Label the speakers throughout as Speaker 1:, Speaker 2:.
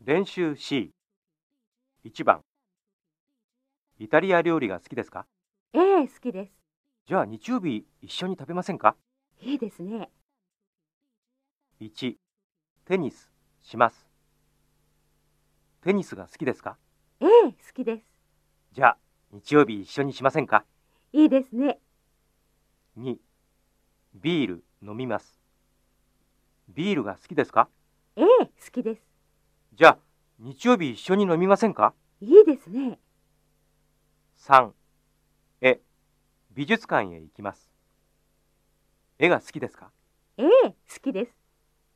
Speaker 1: 練習 C 1番イタリア料理が好きですか
Speaker 2: ええ、好きです。
Speaker 1: じゃあ日曜日一緒に食べませんか
Speaker 2: いいですね。
Speaker 1: 1テニスしますテニスが好きですか
Speaker 2: ええ、好きです。
Speaker 1: じゃあ日曜日一緒にしませんか
Speaker 2: いいですね。
Speaker 1: 2ビール飲みますビールが好きですか
Speaker 2: ええ、好きです。
Speaker 1: じゃあ日曜日一緒に飲みませんか
Speaker 2: いいですね。
Speaker 1: 3絵美術館へ行きます絵が好きですか
Speaker 2: ええ、好きです。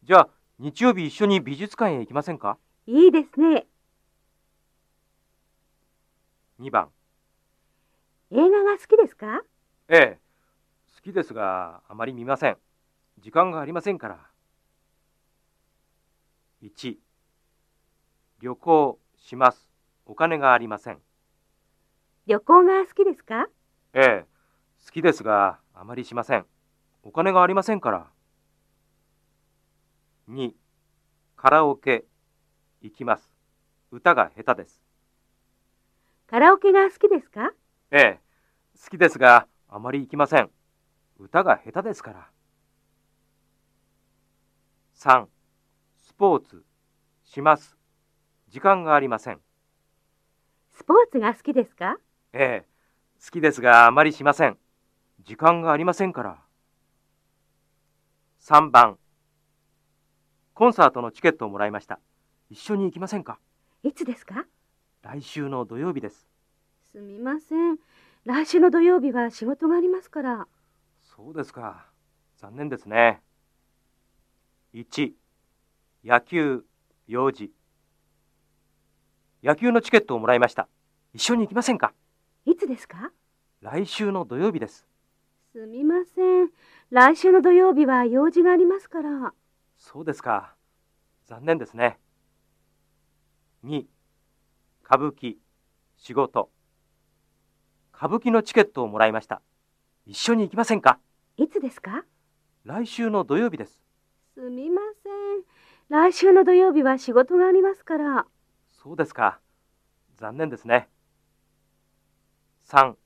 Speaker 1: じゃあ日曜日一緒に美術館へ行きませんか
Speaker 2: いいですね。
Speaker 1: 2番
Speaker 2: 映画が好きですか
Speaker 1: ええ好きですがあまり見ません時間がありませんから1旅行しますお金がありません
Speaker 2: 旅行が好きですか
Speaker 1: ええ好きですがあまりしませんお金がありませんから2カラオケ行きます歌が下手です
Speaker 2: カラオケが好きですか
Speaker 1: ええ、好きですが、あまり行きません。歌が下手ですから。3. スポーツ、します。時間がありません。
Speaker 2: スポーツが好きですか
Speaker 1: ええ、好きですが、あまりしません。時間がありませんから。3番。コンサートのチケットをもらいました。一緒に行きませんか
Speaker 2: いつですか
Speaker 1: 来週の土曜日です。
Speaker 2: すみません。来週の土曜日は仕事がありますから。
Speaker 1: そうですか。残念ですね。1、野球、用事。野球のチケットをもらいました。一緒に行きませんか
Speaker 2: いつですか
Speaker 1: 来週の土曜日です。
Speaker 2: すみません。来週の土曜日は用事がありますから。
Speaker 1: そうですか。残念ですね。2、歌舞伎、仕事。歌舞伎のチケットをもらいました。一緒に行きませんか
Speaker 2: いつですか
Speaker 1: 来週の土曜日です。
Speaker 2: すみません。来週の土曜日は仕事がありますから。
Speaker 1: そうですか。残念ですね。3.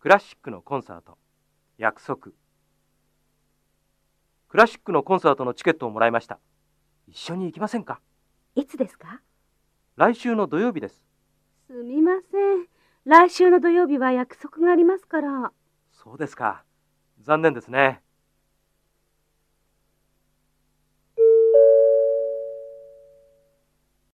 Speaker 1: クラシックのコンサート。約束。クラシックのコンサートのチケットをもらいました。一緒に行きませんか
Speaker 2: いつですか
Speaker 1: 来週の土曜日です。
Speaker 2: すみません。来週の土曜日は約束がありますから。
Speaker 1: そうですか。残念ですね。